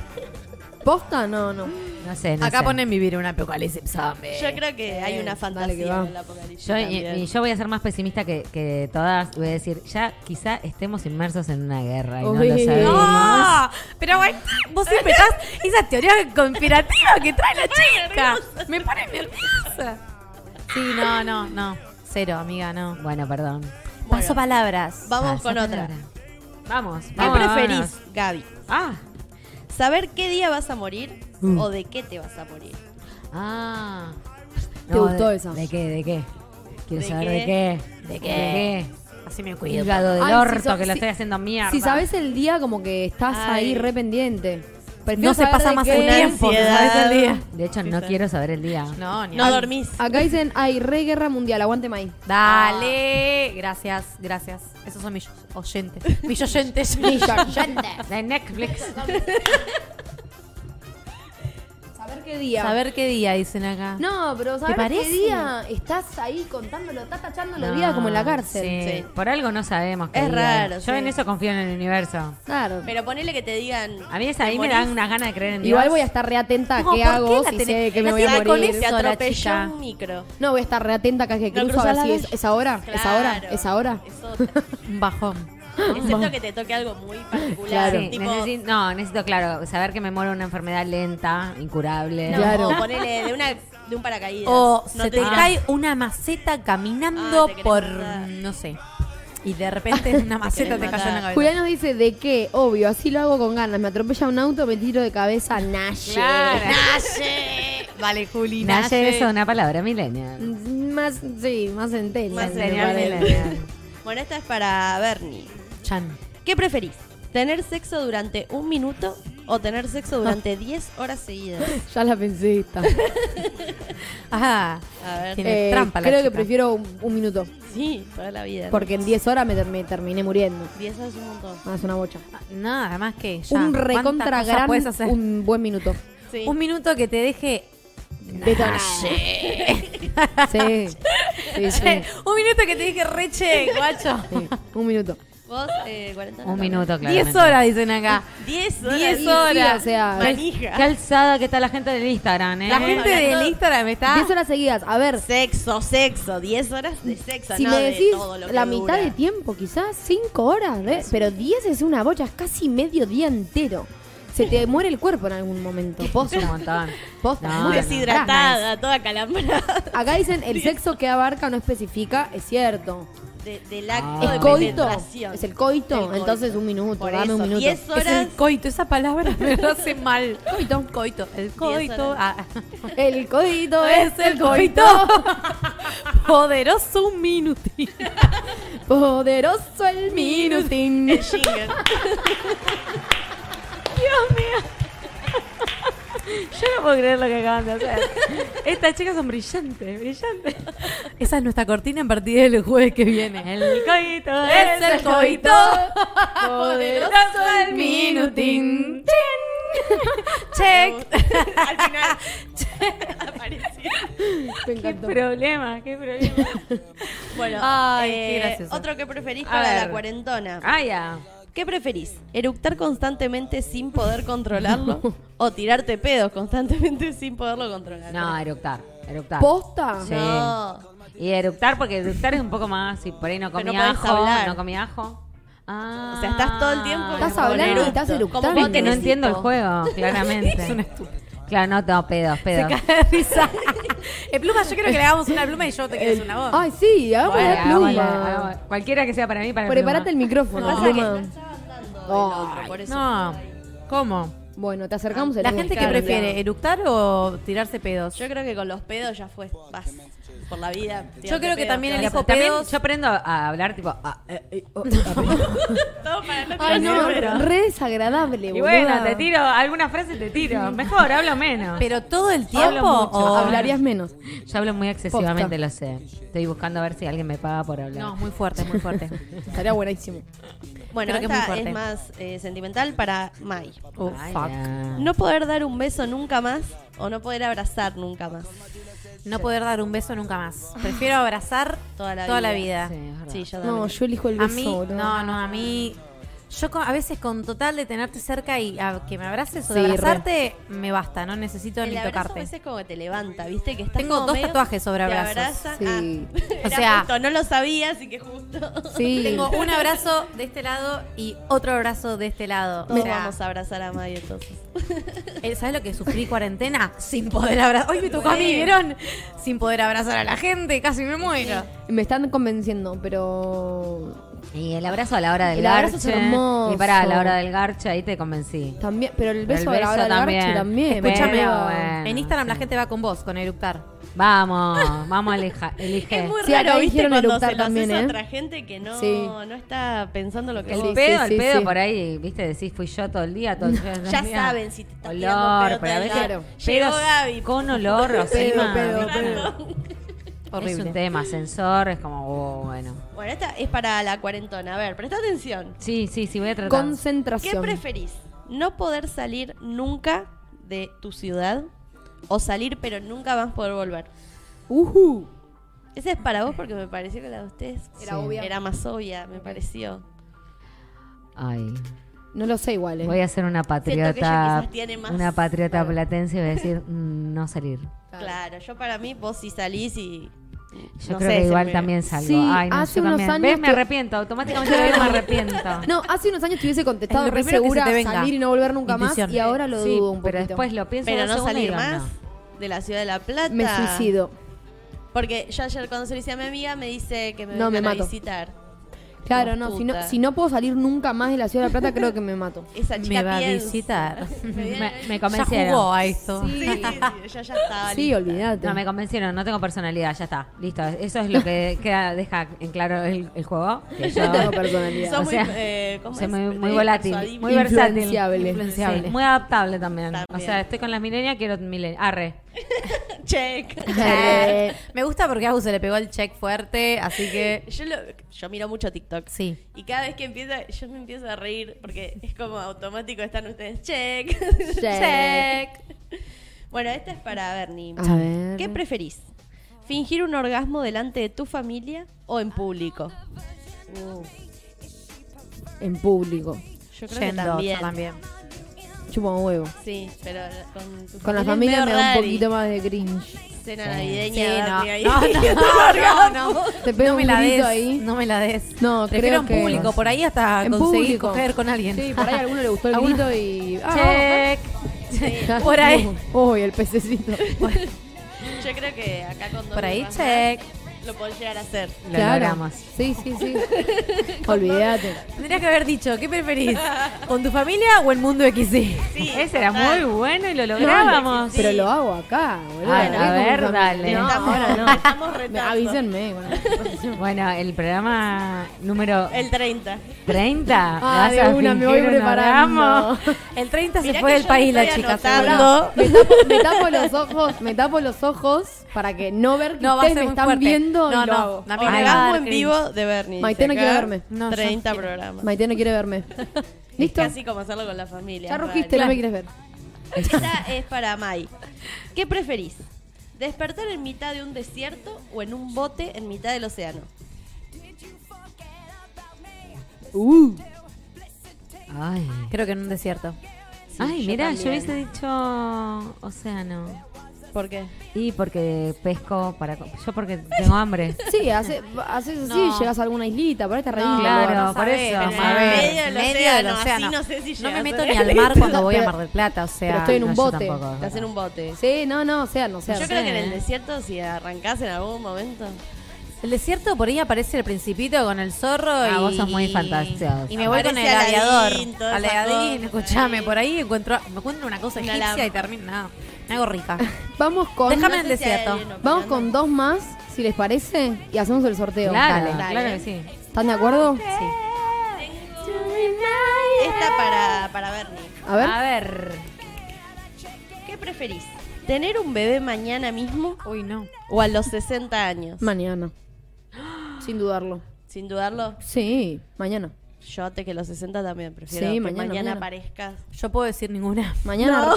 [SPEAKER 2] ¿Posta? No, no.
[SPEAKER 4] No sé, no
[SPEAKER 1] Acá
[SPEAKER 4] sé.
[SPEAKER 1] ponen vivir un apocalipsis zombie.
[SPEAKER 3] Yo creo que hay una
[SPEAKER 2] dale que
[SPEAKER 3] fantasía
[SPEAKER 2] va.
[SPEAKER 3] en el apocalipsis.
[SPEAKER 4] Yo, y,
[SPEAKER 3] también.
[SPEAKER 4] y yo voy a ser más pesimista que, que todas. Voy a decir, ya quizá estemos inmersos en una guerra y no lo
[SPEAKER 2] Uy.
[SPEAKER 4] sabemos.
[SPEAKER 1] ¡No! Pero aguantá, vos siempre estás esa teoría conspirativa que trae la chica. Me pone nerviosa. Sí, no, no, no. Cero, amiga, no.
[SPEAKER 4] Bueno, perdón.
[SPEAKER 3] Bueno,
[SPEAKER 1] Paso palabras.
[SPEAKER 3] Vamos
[SPEAKER 4] Pasa
[SPEAKER 3] con otra.
[SPEAKER 4] palabra. Vamos.
[SPEAKER 3] ¿Qué
[SPEAKER 4] vamos,
[SPEAKER 3] preferís,
[SPEAKER 4] vámonos.
[SPEAKER 3] Gaby?
[SPEAKER 4] Ah.
[SPEAKER 3] ¿Saber qué día vas a morir
[SPEAKER 2] Mm.
[SPEAKER 3] o de qué te vas a morir?
[SPEAKER 4] Ah.
[SPEAKER 2] ¿Te gustó
[SPEAKER 4] de-
[SPEAKER 2] esa?
[SPEAKER 4] ¿De qué? ¿De qué? Quiero
[SPEAKER 3] ¿De
[SPEAKER 4] saber
[SPEAKER 3] qué?
[SPEAKER 4] de qué.
[SPEAKER 1] ¿De qué?
[SPEAKER 4] ¿De
[SPEAKER 1] Así me
[SPEAKER 4] qué?
[SPEAKER 1] cuido.
[SPEAKER 4] Hígado del
[SPEAKER 2] Ay, si
[SPEAKER 4] orto
[SPEAKER 2] so-
[SPEAKER 4] que lo
[SPEAKER 2] si-
[SPEAKER 4] estoy haciendo mierda.
[SPEAKER 2] Si sabes el día, como que estás
[SPEAKER 3] Ay.
[SPEAKER 2] ahí re pendiente. Prefiero
[SPEAKER 1] No se
[SPEAKER 2] saber
[SPEAKER 1] pasa
[SPEAKER 2] de
[SPEAKER 1] más
[SPEAKER 2] qué-
[SPEAKER 1] el tiempo.
[SPEAKER 3] ansiedad.
[SPEAKER 1] ¿sabes el día?
[SPEAKER 4] De hecho, no quiero saber el día.
[SPEAKER 1] No, ni
[SPEAKER 3] No
[SPEAKER 1] hablar.
[SPEAKER 3] dormís.
[SPEAKER 2] Acá dicen, ay, re guerra mundial, aguante May.
[SPEAKER 1] Dale. Gracias, gracias. Esos son mis oyentes. Mis oyentes.
[SPEAKER 4] De Netflix.
[SPEAKER 2] Saber qué día.
[SPEAKER 1] Saber qué día dicen acá.
[SPEAKER 2] No, pero saber
[SPEAKER 1] parece?
[SPEAKER 2] qué día estás ahí contándolo, estás tachando los
[SPEAKER 4] No,
[SPEAKER 2] días como en la cárcel.
[SPEAKER 4] sí.
[SPEAKER 3] Sí.
[SPEAKER 4] Por algo no sabemos. qué
[SPEAKER 3] Es
[SPEAKER 4] día
[SPEAKER 3] raro,
[SPEAKER 4] Yo
[SPEAKER 3] sí.
[SPEAKER 4] en eso confío en el universo.
[SPEAKER 2] Claro.
[SPEAKER 3] Pero ponele que te digan.
[SPEAKER 4] A mí es
[SPEAKER 3] te
[SPEAKER 4] ahí me
[SPEAKER 3] morís.
[SPEAKER 4] dan unas ganas de creer en Dios.
[SPEAKER 2] Igual voy a estar reatenta a
[SPEAKER 1] No,
[SPEAKER 2] qué
[SPEAKER 1] ¿por
[SPEAKER 2] hago
[SPEAKER 1] qué la
[SPEAKER 2] si
[SPEAKER 1] tenés-
[SPEAKER 2] sé que
[SPEAKER 1] la
[SPEAKER 2] me voy a
[SPEAKER 1] tiene
[SPEAKER 2] morir.
[SPEAKER 1] con
[SPEAKER 3] Te
[SPEAKER 1] eso, la
[SPEAKER 3] atropelló
[SPEAKER 1] chica.
[SPEAKER 3] un micro.
[SPEAKER 2] No, voy a estar reatenta cada vez que
[SPEAKER 3] No
[SPEAKER 2] cruzo.
[SPEAKER 3] cruzás
[SPEAKER 2] a ver si
[SPEAKER 3] la
[SPEAKER 2] es,
[SPEAKER 3] vez.
[SPEAKER 2] ¿es ahora, es ahora,
[SPEAKER 3] Claro,
[SPEAKER 2] es ahora.
[SPEAKER 3] es otra.
[SPEAKER 1] Un bajón.
[SPEAKER 3] Excepto que te toque algo muy particular.
[SPEAKER 2] Claro.
[SPEAKER 4] Sí,
[SPEAKER 3] tipo,
[SPEAKER 4] necesi- no, necesito, claro, saber que me muero de una enfermedad lenta, incurable.
[SPEAKER 3] no,
[SPEAKER 2] Claro.
[SPEAKER 3] ponele de, una, de un paracaídas.
[SPEAKER 1] O
[SPEAKER 3] No
[SPEAKER 1] se te
[SPEAKER 3] dirán,
[SPEAKER 1] cae una maceta
[SPEAKER 3] Ah,
[SPEAKER 1] caminando
[SPEAKER 3] te querés
[SPEAKER 1] por,
[SPEAKER 3] matar.
[SPEAKER 1] no sé. Y de repente una maceta te
[SPEAKER 3] querés
[SPEAKER 1] cayó en la
[SPEAKER 3] matar.
[SPEAKER 1] cabeza.
[SPEAKER 2] Julián nos dice de qué, obvio, así lo hago con ganas. Me atropella un auto, me tiro de cabeza, Nash.
[SPEAKER 1] Naye. Vale, Juli.
[SPEAKER 4] Naye es una palabra millennial.
[SPEAKER 2] Más, sí, más entera.
[SPEAKER 3] Más
[SPEAKER 2] me
[SPEAKER 3] centennial,
[SPEAKER 2] parece.
[SPEAKER 4] millennial.
[SPEAKER 3] Bueno, esta es para Bernie.
[SPEAKER 1] Chan.
[SPEAKER 3] ¿Qué preferís? ¿Tener sexo durante un minuto o tener sexo
[SPEAKER 2] Ah.
[SPEAKER 3] durante 10 horas seguidas?
[SPEAKER 2] Ya la pensé esta.
[SPEAKER 1] Ajá.
[SPEAKER 3] A ver.
[SPEAKER 1] Tiene
[SPEAKER 2] Eh,
[SPEAKER 1] trampa la
[SPEAKER 2] creo que
[SPEAKER 1] chica.
[SPEAKER 2] prefiero un, un minuto,
[SPEAKER 3] Sí, para la vida.
[SPEAKER 2] porque en 10 horas me, ter- me terminé muriendo.
[SPEAKER 3] 10 horas es un montón.
[SPEAKER 2] Ah, es una bocha.
[SPEAKER 1] No, además que ya.
[SPEAKER 2] un
[SPEAKER 1] ¿cuántas
[SPEAKER 2] recontra
[SPEAKER 1] cosas
[SPEAKER 2] gran,
[SPEAKER 1] puedes hacer? Un,
[SPEAKER 2] un buen minuto.
[SPEAKER 3] Sí.
[SPEAKER 1] minuto que te deje.
[SPEAKER 2] Detonado. Sí. Sí, sí.
[SPEAKER 1] un minuto que te deje reche, guacho.
[SPEAKER 2] Sí, un minuto.
[SPEAKER 3] ¿Vos, eh, 40
[SPEAKER 4] Un minuto, claro.
[SPEAKER 1] Diez horas dicen acá.
[SPEAKER 3] 10 horas.
[SPEAKER 1] 10
[SPEAKER 2] sí,
[SPEAKER 1] horas.
[SPEAKER 2] o sea,
[SPEAKER 3] Manija.
[SPEAKER 4] Qué alzada que está la gente del Instagram, ¿eh?
[SPEAKER 1] La gente
[SPEAKER 3] hablando-
[SPEAKER 1] del Instagram está.
[SPEAKER 2] 10 horas seguidas. A ver,
[SPEAKER 3] Sexo, sexo, 10 horas de sexo.
[SPEAKER 2] si
[SPEAKER 3] no
[SPEAKER 2] me
[SPEAKER 3] de
[SPEAKER 2] decís
[SPEAKER 3] todo lo que
[SPEAKER 2] la
[SPEAKER 3] dura.
[SPEAKER 2] mitad de tiempo, quizás 5 horas, ¿eh? pero 10 es una bocha, es casi medio día entero. Se te muere el cuerpo en algún momento.
[SPEAKER 4] Posta un montón.
[SPEAKER 2] Posta,
[SPEAKER 4] No,
[SPEAKER 2] muy
[SPEAKER 4] no.
[SPEAKER 3] Deshidratada, toda calambrada.
[SPEAKER 2] Acá dicen el sexo que abarca no especifica, es cierto.
[SPEAKER 3] De- del acto
[SPEAKER 4] Ah.
[SPEAKER 2] Es
[SPEAKER 3] de
[SPEAKER 2] coito,
[SPEAKER 3] penetración.
[SPEAKER 2] es el coito, entonces un minuto,
[SPEAKER 3] Por
[SPEAKER 2] dame
[SPEAKER 3] eso,
[SPEAKER 2] un minuto.
[SPEAKER 3] 10
[SPEAKER 1] Es
[SPEAKER 3] horas.
[SPEAKER 1] el coito, esa palabra me lo hace mal. Coito, coito. El coito.
[SPEAKER 3] horas.
[SPEAKER 1] ah.
[SPEAKER 2] El coito
[SPEAKER 1] es el coito. Poderoso un minutín.
[SPEAKER 2] poderoso el
[SPEAKER 1] Minutín.
[SPEAKER 3] El jingle.
[SPEAKER 4] Yo no puedo creer lo que acaban de hacer. Estas chicas son brillantes, brillantes.
[SPEAKER 1] Esa es nuestra cortina a partir del jueves que viene.
[SPEAKER 4] El coito
[SPEAKER 1] Es el coito. Poderoso el minutín. Check.
[SPEAKER 3] Al final apareció.
[SPEAKER 2] Me encantó.
[SPEAKER 4] problema, qué problema.
[SPEAKER 3] Bueno, eh,
[SPEAKER 1] Ay, qué gracioso.
[SPEAKER 3] otro que preferís
[SPEAKER 4] A
[SPEAKER 3] para la
[SPEAKER 4] ver.
[SPEAKER 3] cuarentona.
[SPEAKER 4] Ah, ya.
[SPEAKER 3] ¿Qué preferís? ¿Eructar constantemente sin poder controlarlo? ¿O tirarte pedos constantemente sin poderlo controlar?
[SPEAKER 4] No, eructar, eructar.
[SPEAKER 2] ¿Posta?
[SPEAKER 4] Sí.
[SPEAKER 3] No.
[SPEAKER 4] Y eructar, porque eructar es un poco más, si por ahí no
[SPEAKER 3] Pero
[SPEAKER 4] comí
[SPEAKER 3] no podés
[SPEAKER 4] ajo,
[SPEAKER 3] hablar.
[SPEAKER 4] no comí ajo. Ah.
[SPEAKER 3] O sea, estás todo el tiempo.
[SPEAKER 2] Estás
[SPEAKER 3] como
[SPEAKER 2] hablando y
[SPEAKER 3] eructo.
[SPEAKER 2] estás eructando.
[SPEAKER 3] Como
[SPEAKER 4] Ven que no
[SPEAKER 3] potecito.
[SPEAKER 4] entiendo el juego, claramente. es un estúpido. Claro, no, no, pedos, pedos.
[SPEAKER 1] Risa. El pluma, yo quiero que le hagamos una pluma y yo te quiero hacer una voz.
[SPEAKER 2] Ay, sí, ¿eh? hagamos
[SPEAKER 4] Bueno,
[SPEAKER 2] la
[SPEAKER 4] hago
[SPEAKER 2] pluma.
[SPEAKER 4] la- hago- Cualquiera que sea para mí, para el
[SPEAKER 2] Prepárate el
[SPEAKER 4] pluma.
[SPEAKER 2] micrófono,
[SPEAKER 3] Pasa que
[SPEAKER 2] pluma. Oh,
[SPEAKER 3] estás abandando del otro, por eso.
[SPEAKER 1] No. ¿Cómo?
[SPEAKER 2] Bueno, te acercamos el
[SPEAKER 1] La gente que
[SPEAKER 2] micrófono.
[SPEAKER 1] prefiere, ¿eructar o tirarse pedos?
[SPEAKER 3] Yo creo que con los pedos ya fue. Vas por la vida. tirarte
[SPEAKER 1] Yo creo que
[SPEAKER 3] pedos,
[SPEAKER 1] también
[SPEAKER 3] te vas
[SPEAKER 1] elijo
[SPEAKER 3] a-
[SPEAKER 4] También
[SPEAKER 1] pedos.
[SPEAKER 4] yo aprendo a hablar tipo... ah, eh, eh, oh,
[SPEAKER 3] Todo para no
[SPEAKER 2] Ay, no,
[SPEAKER 3] tirarse pedos.
[SPEAKER 2] re desagradable,
[SPEAKER 4] Y bueno,
[SPEAKER 2] boluda.
[SPEAKER 4] te tiro, alguna frase te tiro. Mejor, hablo menos.
[SPEAKER 1] ¿Pero todo el tiempo?
[SPEAKER 4] Hablo mucho.
[SPEAKER 1] o-
[SPEAKER 2] Hablarías menos.
[SPEAKER 4] Yo hablo muy excesivamente,
[SPEAKER 2] Posta.
[SPEAKER 4] lo sé. Estoy buscando a ver si alguien me paga por hablar.
[SPEAKER 1] No, muy fuerte, muy fuerte.
[SPEAKER 2] Estaría buenísimo.
[SPEAKER 3] Bueno,
[SPEAKER 1] Creo que es muy
[SPEAKER 3] esta es,
[SPEAKER 1] fuerte.
[SPEAKER 3] más eh, sentimental para Mai.
[SPEAKER 1] Oh,
[SPEAKER 4] Ay,
[SPEAKER 1] fuck.
[SPEAKER 4] ya.
[SPEAKER 3] No poder dar un beso nunca más o no poder abrazar nunca más.
[SPEAKER 1] No poder dar un beso nunca más. Prefiero abrazar
[SPEAKER 3] Toda la
[SPEAKER 1] vida.
[SPEAKER 3] vida.
[SPEAKER 4] Sí, es verdad.
[SPEAKER 3] Sí, yo también.
[SPEAKER 2] No, yo elijo el
[SPEAKER 1] A
[SPEAKER 2] beso,
[SPEAKER 1] mí,
[SPEAKER 2] boluda.
[SPEAKER 1] no, no, a mí. Yo con- a veces con total de tenerte cerca y a- que me abraces o
[SPEAKER 2] Sí,
[SPEAKER 1] de
[SPEAKER 2] re.
[SPEAKER 1] abrazarte, me basta, no necesito
[SPEAKER 3] el
[SPEAKER 1] ni
[SPEAKER 3] abrazo a
[SPEAKER 1] tocarte.
[SPEAKER 3] veces como que te levanta, ¿viste? Que estás
[SPEAKER 1] Tengo
[SPEAKER 3] como
[SPEAKER 1] dos
[SPEAKER 3] medio-
[SPEAKER 1] tatuajes sobre
[SPEAKER 3] te
[SPEAKER 1] abrazos.
[SPEAKER 3] abrazan,
[SPEAKER 2] Sí.
[SPEAKER 3] ah,
[SPEAKER 1] O
[SPEAKER 3] era
[SPEAKER 1] sea-
[SPEAKER 3] justo, no lo sabía, así que justo.
[SPEAKER 2] Sí.
[SPEAKER 1] Tengo un abrazo de este lado y otro abrazo de este lado. O
[SPEAKER 3] Todos
[SPEAKER 1] sea,
[SPEAKER 3] vamos a abrazar a Mai entonces.
[SPEAKER 1] eh, ¿Sabes lo que sufrí cuarentena? Sin poder abrazar. Hoy me tocó a mí,
[SPEAKER 3] Sí.
[SPEAKER 1] ¿vieron? Sin poder abrazar a la gente, casi me muero.
[SPEAKER 2] Me están convenciendo, pero
[SPEAKER 4] Y el abrazo a la hora del
[SPEAKER 2] El
[SPEAKER 4] garche.
[SPEAKER 2] abrazo es hermoso.
[SPEAKER 4] Y pará, a la hora del garche, ahí te convencí.
[SPEAKER 2] también, pero el
[SPEAKER 4] Pero
[SPEAKER 2] beso, a la hora del garche también.
[SPEAKER 1] Escúchame,
[SPEAKER 4] Pero
[SPEAKER 2] boluda.
[SPEAKER 4] bueno,
[SPEAKER 1] en Instagram la
[SPEAKER 4] sí.
[SPEAKER 1] gente va con vos, con eructar.
[SPEAKER 4] Vamos, vamos, elija, elige.
[SPEAKER 3] Es muy
[SPEAKER 2] Sí, acá
[SPEAKER 3] raro, ¿viste?
[SPEAKER 2] dijeron
[SPEAKER 3] Cuando
[SPEAKER 2] eructar
[SPEAKER 3] se lo
[SPEAKER 2] también,
[SPEAKER 3] haces
[SPEAKER 2] ¿eh?
[SPEAKER 3] a otra gente que no,
[SPEAKER 2] Sí.
[SPEAKER 3] no está pensando lo que
[SPEAKER 4] El
[SPEAKER 3] vos.
[SPEAKER 4] pedo,
[SPEAKER 2] sí,
[SPEAKER 4] el
[SPEAKER 2] sí,
[SPEAKER 4] pedo
[SPEAKER 2] sí.
[SPEAKER 4] por ahí, viste, decís fui yo todo el día, todo el día.
[SPEAKER 3] Ya saben si te estás tirando
[SPEAKER 4] Olor, pero a
[SPEAKER 3] pedo todo el
[SPEAKER 4] veces
[SPEAKER 3] día.
[SPEAKER 2] Claro.
[SPEAKER 3] Llegó
[SPEAKER 4] pedos
[SPEAKER 3] Gaby.
[SPEAKER 4] con olor, o sea,
[SPEAKER 2] Pedo,
[SPEAKER 4] encima,
[SPEAKER 2] pedo,
[SPEAKER 4] ¿viste?
[SPEAKER 2] pedo.
[SPEAKER 1] Horrible.
[SPEAKER 4] Es un tema, sensor, es como, oh, bueno.
[SPEAKER 3] Bueno, esta es para la cuarentona. A ver, presta atención.
[SPEAKER 4] Sí, sí, sí, voy a tratar.
[SPEAKER 2] Concentración.
[SPEAKER 3] ¿Qué preferís? ¿No poder salir nunca de tu ciudad O salir pero nunca más poder volver.
[SPEAKER 2] Uhu.
[SPEAKER 3] Esa es para vos porque me pareció que la de ustedes
[SPEAKER 2] Era obvia.
[SPEAKER 3] era más obvia, me pareció.
[SPEAKER 4] Ay,
[SPEAKER 2] No lo sé igual, eh.
[SPEAKER 4] voy a ser una
[SPEAKER 3] que
[SPEAKER 4] patriota.
[SPEAKER 3] ella quizás tiene más-
[SPEAKER 4] Una patriota
[SPEAKER 3] Claro.
[SPEAKER 4] platense y voy a decir mm, no salir.
[SPEAKER 3] Claro. yo para mí vos si salís y...
[SPEAKER 4] Yo
[SPEAKER 3] no
[SPEAKER 4] creo
[SPEAKER 3] sé,
[SPEAKER 4] que
[SPEAKER 3] se
[SPEAKER 4] igual
[SPEAKER 3] me-
[SPEAKER 4] también salgo.
[SPEAKER 2] Sí,
[SPEAKER 4] Ay, no,
[SPEAKER 2] hace
[SPEAKER 4] yo
[SPEAKER 2] unos
[SPEAKER 4] también.
[SPEAKER 2] años
[SPEAKER 4] ¿Ves? Me
[SPEAKER 2] que-
[SPEAKER 4] arrepiento. Automáticamente yo me arrepiento.
[SPEAKER 2] No, hace unos años te hubiese
[SPEAKER 1] Es
[SPEAKER 2] contestado
[SPEAKER 1] lo
[SPEAKER 2] re
[SPEAKER 1] primero que se
[SPEAKER 2] segura
[SPEAKER 1] te venga.
[SPEAKER 2] salir y no volver nunca más
[SPEAKER 1] Intuición.
[SPEAKER 2] y ahora lo
[SPEAKER 4] Sí,
[SPEAKER 2] dudo un poquito.
[SPEAKER 4] pero después lo pienso
[SPEAKER 3] Pero
[SPEAKER 4] dos
[SPEAKER 3] no
[SPEAKER 4] segundos y
[SPEAKER 3] salir
[SPEAKER 4] digo,
[SPEAKER 3] más
[SPEAKER 4] no.
[SPEAKER 3] de la ciudad de La Plata.
[SPEAKER 2] me suicido.
[SPEAKER 3] Porque yo ayer cuando se lo hice a mi amiga me dice que me
[SPEAKER 2] No,
[SPEAKER 3] vengan
[SPEAKER 2] me
[SPEAKER 3] a
[SPEAKER 2] mato.
[SPEAKER 3] visitar.
[SPEAKER 2] Claro,
[SPEAKER 3] Vos,
[SPEAKER 2] no si,
[SPEAKER 3] puta.
[SPEAKER 2] no, si no puedo salir nunca más de la Ciudad de la Plata, creo que me mato.
[SPEAKER 3] Esa chica
[SPEAKER 1] Me va a
[SPEAKER 3] piensa.
[SPEAKER 1] visitar.
[SPEAKER 3] Me viene a
[SPEAKER 4] Me, me
[SPEAKER 1] Ya
[SPEAKER 4] convencieron.
[SPEAKER 1] jugó a esto.
[SPEAKER 3] Sí, sí, sí, yo ya estaba
[SPEAKER 2] Sí,
[SPEAKER 3] lista.
[SPEAKER 2] olvídate.
[SPEAKER 4] No, me convencieron, no tengo personalidad, ya está. Listo, eso es lo que queda, deja en claro el, el juego. que yo-
[SPEAKER 2] No tengo personalidad.
[SPEAKER 3] Sos
[SPEAKER 4] O
[SPEAKER 3] muy,
[SPEAKER 4] sea,
[SPEAKER 3] eh, ¿cómo
[SPEAKER 4] soy
[SPEAKER 3] es?
[SPEAKER 4] muy, muy
[SPEAKER 3] Eh,
[SPEAKER 4] volátil,
[SPEAKER 3] persuadible.
[SPEAKER 4] muy versátil.
[SPEAKER 2] Influenciable.
[SPEAKER 4] Influenciable. muy adaptable también. O
[SPEAKER 3] También.
[SPEAKER 4] sea, estoy con las milenias, quiero milenias. Arre.
[SPEAKER 3] Check.
[SPEAKER 1] Eh, Me gusta porque a Agus se le pegó el check fuerte, así que.
[SPEAKER 3] Yo, lo- yo miro mucho TikTok.
[SPEAKER 1] Sí.
[SPEAKER 3] Y cada vez que empieza, yo me empiezo a reír porque es como automático están ustedes. Check.
[SPEAKER 2] Check.
[SPEAKER 3] Bueno, esta es para Bernie.
[SPEAKER 2] A ver.
[SPEAKER 3] ¿Qué preferís? ¿Fingir un orgasmo delante de tu familia o en público?
[SPEAKER 2] En público.
[SPEAKER 3] Yo creo
[SPEAKER 1] Yendo,
[SPEAKER 3] que también.
[SPEAKER 1] yo también.
[SPEAKER 2] Chupa un huevo.
[SPEAKER 3] Sí, pero con, tu
[SPEAKER 2] Con la
[SPEAKER 3] es
[SPEAKER 2] familia
[SPEAKER 3] medio
[SPEAKER 2] me da un
[SPEAKER 3] rari.
[SPEAKER 2] poquito más de cringe.
[SPEAKER 3] Cena
[SPEAKER 1] Sí,
[SPEAKER 3] navideña.
[SPEAKER 1] no.
[SPEAKER 3] Bernie, ahí.
[SPEAKER 1] No, no, no, no.
[SPEAKER 2] Te pego
[SPEAKER 1] No me
[SPEAKER 2] un
[SPEAKER 1] la
[SPEAKER 2] grito
[SPEAKER 1] des.
[SPEAKER 2] ahí.
[SPEAKER 1] No me la des.
[SPEAKER 2] No,
[SPEAKER 1] Prefiero
[SPEAKER 2] creo
[SPEAKER 1] en
[SPEAKER 2] que-
[SPEAKER 1] público, por ahí hasta
[SPEAKER 2] En
[SPEAKER 1] conseguir
[SPEAKER 2] público.
[SPEAKER 1] coger con alguien.
[SPEAKER 2] Sí, por ahí a alguno le gustó el
[SPEAKER 1] Alguno-
[SPEAKER 2] grito y.
[SPEAKER 4] Check.
[SPEAKER 2] ah,
[SPEAKER 1] por ahí.
[SPEAKER 2] Uy, el pececito.
[SPEAKER 3] Yo creo que acá con dos
[SPEAKER 1] Por ahí,
[SPEAKER 3] birras más
[SPEAKER 1] check.
[SPEAKER 3] Lo podés llegar a hacer.
[SPEAKER 4] Lo
[SPEAKER 2] Claro.
[SPEAKER 4] logramos.
[SPEAKER 2] Sí, sí, sí. Olvídate.
[SPEAKER 1] Tendrías que haber dicho, ¿qué preferís? ¿Con tu familia o el mundo XY?
[SPEAKER 3] Sí,
[SPEAKER 4] Ese era
[SPEAKER 3] total.
[SPEAKER 4] muy bueno y lo
[SPEAKER 2] No,
[SPEAKER 4] lográbamos.
[SPEAKER 2] Pero lo hago acá, boludo.
[SPEAKER 4] Ay,
[SPEAKER 2] Lo hago
[SPEAKER 4] a
[SPEAKER 2] con
[SPEAKER 4] ver,
[SPEAKER 2] mi familia.
[SPEAKER 4] dale.
[SPEAKER 2] No,
[SPEAKER 3] Estamos-
[SPEAKER 2] ahora no.
[SPEAKER 3] estamos
[SPEAKER 2] Me-
[SPEAKER 3] retando.
[SPEAKER 2] Avísenme. bueno.
[SPEAKER 4] Bueno, el programa número
[SPEAKER 3] El 30.
[SPEAKER 4] 30.
[SPEAKER 2] Ah,
[SPEAKER 4] ¿vas
[SPEAKER 2] de
[SPEAKER 4] a
[SPEAKER 2] una me voy
[SPEAKER 4] fingir un
[SPEAKER 2] preparando.
[SPEAKER 4] orgasmo?
[SPEAKER 1] El 30
[SPEAKER 3] Mirá
[SPEAKER 1] se fue
[SPEAKER 3] que
[SPEAKER 1] del
[SPEAKER 3] yo
[SPEAKER 1] país
[SPEAKER 3] me
[SPEAKER 1] la
[SPEAKER 3] estoy
[SPEAKER 1] chica.
[SPEAKER 3] anotando.
[SPEAKER 1] seguro.
[SPEAKER 2] Me tapo, me tapo los ojos, me tapo los ojos para que no ver que
[SPEAKER 1] No, va a
[SPEAKER 2] ustedes
[SPEAKER 1] ser
[SPEAKER 2] me
[SPEAKER 1] muy
[SPEAKER 2] están
[SPEAKER 1] fuerte.
[SPEAKER 2] viendo y
[SPEAKER 1] No,
[SPEAKER 2] lo
[SPEAKER 1] no.
[SPEAKER 2] hago.
[SPEAKER 1] A mí me va a
[SPEAKER 3] Orgasmo
[SPEAKER 1] dar
[SPEAKER 3] en
[SPEAKER 1] cringe.
[SPEAKER 3] vivo de Bernie.
[SPEAKER 2] Maite, no
[SPEAKER 3] Acá,
[SPEAKER 2] quiero verme.
[SPEAKER 1] No, yo
[SPEAKER 3] 30
[SPEAKER 1] quiero-
[SPEAKER 3] programas.
[SPEAKER 2] Maite no quiere verme. ¿Listo?
[SPEAKER 3] Es casi como hacerlo con la familia.
[SPEAKER 2] Ya
[SPEAKER 3] es
[SPEAKER 2] rugiste,
[SPEAKER 3] raro.
[SPEAKER 2] no me quieres ver.
[SPEAKER 3] Esta es para Mai. ¿Qué preferís? ¿Despertar en mitad de un desierto o en un bote en mitad del océano?
[SPEAKER 2] Uh,
[SPEAKER 4] Ay.
[SPEAKER 1] Creo que en un desierto.
[SPEAKER 4] Ay,
[SPEAKER 3] yo
[SPEAKER 4] mira, yo
[SPEAKER 3] también.
[SPEAKER 4] hubiese dicho océano.
[SPEAKER 3] ¿Por qué?
[SPEAKER 4] Y porque pesco para... co- Yo porque tengo hambre.
[SPEAKER 2] sí, hace- haces así,
[SPEAKER 1] No.
[SPEAKER 2] llegas a alguna islita, por ahí está re
[SPEAKER 4] No,
[SPEAKER 2] lindo,
[SPEAKER 4] claro,
[SPEAKER 2] bueno.
[SPEAKER 4] por
[SPEAKER 1] sabés,
[SPEAKER 4] eso,
[SPEAKER 1] en el
[SPEAKER 4] a ver.
[SPEAKER 1] medio del
[SPEAKER 3] Medio
[SPEAKER 1] océano,
[SPEAKER 3] del
[SPEAKER 1] así
[SPEAKER 3] océano.
[SPEAKER 1] no sé si
[SPEAKER 3] No
[SPEAKER 1] llegas.
[SPEAKER 3] me meto ni
[SPEAKER 1] al mar cuando voy a Mar del Plata, o sea.
[SPEAKER 2] pero estoy en un
[SPEAKER 4] No, yo
[SPEAKER 2] bote.
[SPEAKER 4] tampoco, es
[SPEAKER 3] Estás en un bote.
[SPEAKER 2] Sí, no, no, o sea, no sea.
[SPEAKER 3] Yo
[SPEAKER 2] no sea.
[SPEAKER 3] creo que en el
[SPEAKER 4] ¿eh?
[SPEAKER 3] desierto, si arrancás en algún momento.
[SPEAKER 1] El desierto por ahí aparece el principito con el zorro
[SPEAKER 4] Ah,
[SPEAKER 1] y.
[SPEAKER 4] vos sos muy fantasiosa.
[SPEAKER 1] Y me voy con el
[SPEAKER 3] Aparece Aladín,
[SPEAKER 1] aviador.
[SPEAKER 3] toda esa
[SPEAKER 1] Aladín,
[SPEAKER 3] cosa,
[SPEAKER 1] escúchame,
[SPEAKER 3] ahí.
[SPEAKER 1] por ahí encuentro, me encuentro una cosa
[SPEAKER 3] Una
[SPEAKER 1] egipcia
[SPEAKER 3] lámpara.
[SPEAKER 1] y termino. No, me hago rica.
[SPEAKER 2] Vamos con,
[SPEAKER 1] Déjame
[SPEAKER 3] No
[SPEAKER 1] en
[SPEAKER 3] sé
[SPEAKER 1] el
[SPEAKER 3] si hay
[SPEAKER 1] desierto.
[SPEAKER 3] alguien opinando.
[SPEAKER 2] vamos con dos más, si les parece, y hacemos el sorteo.
[SPEAKER 4] Claro,
[SPEAKER 2] Dale.
[SPEAKER 3] Dale.
[SPEAKER 4] claro que sí.
[SPEAKER 2] ¿Están de acuerdo?
[SPEAKER 3] Esta para, para Bernie.
[SPEAKER 2] A ver.
[SPEAKER 4] A ver.
[SPEAKER 3] ¿Qué preferís? ¿Tener un bebé mañana mismo
[SPEAKER 1] Uy, no.
[SPEAKER 3] o a los 60 años?
[SPEAKER 2] Mañana. Sin dudarlo.
[SPEAKER 3] Sin dudarlo,
[SPEAKER 2] Sí, mañana.
[SPEAKER 3] yo antes que los 60 también prefiero
[SPEAKER 2] Sí,
[SPEAKER 3] que
[SPEAKER 2] mañana,
[SPEAKER 3] mañana,
[SPEAKER 2] mañana.
[SPEAKER 3] aparezcas.
[SPEAKER 1] Yo puedo decir ninguna.
[SPEAKER 2] Mañana.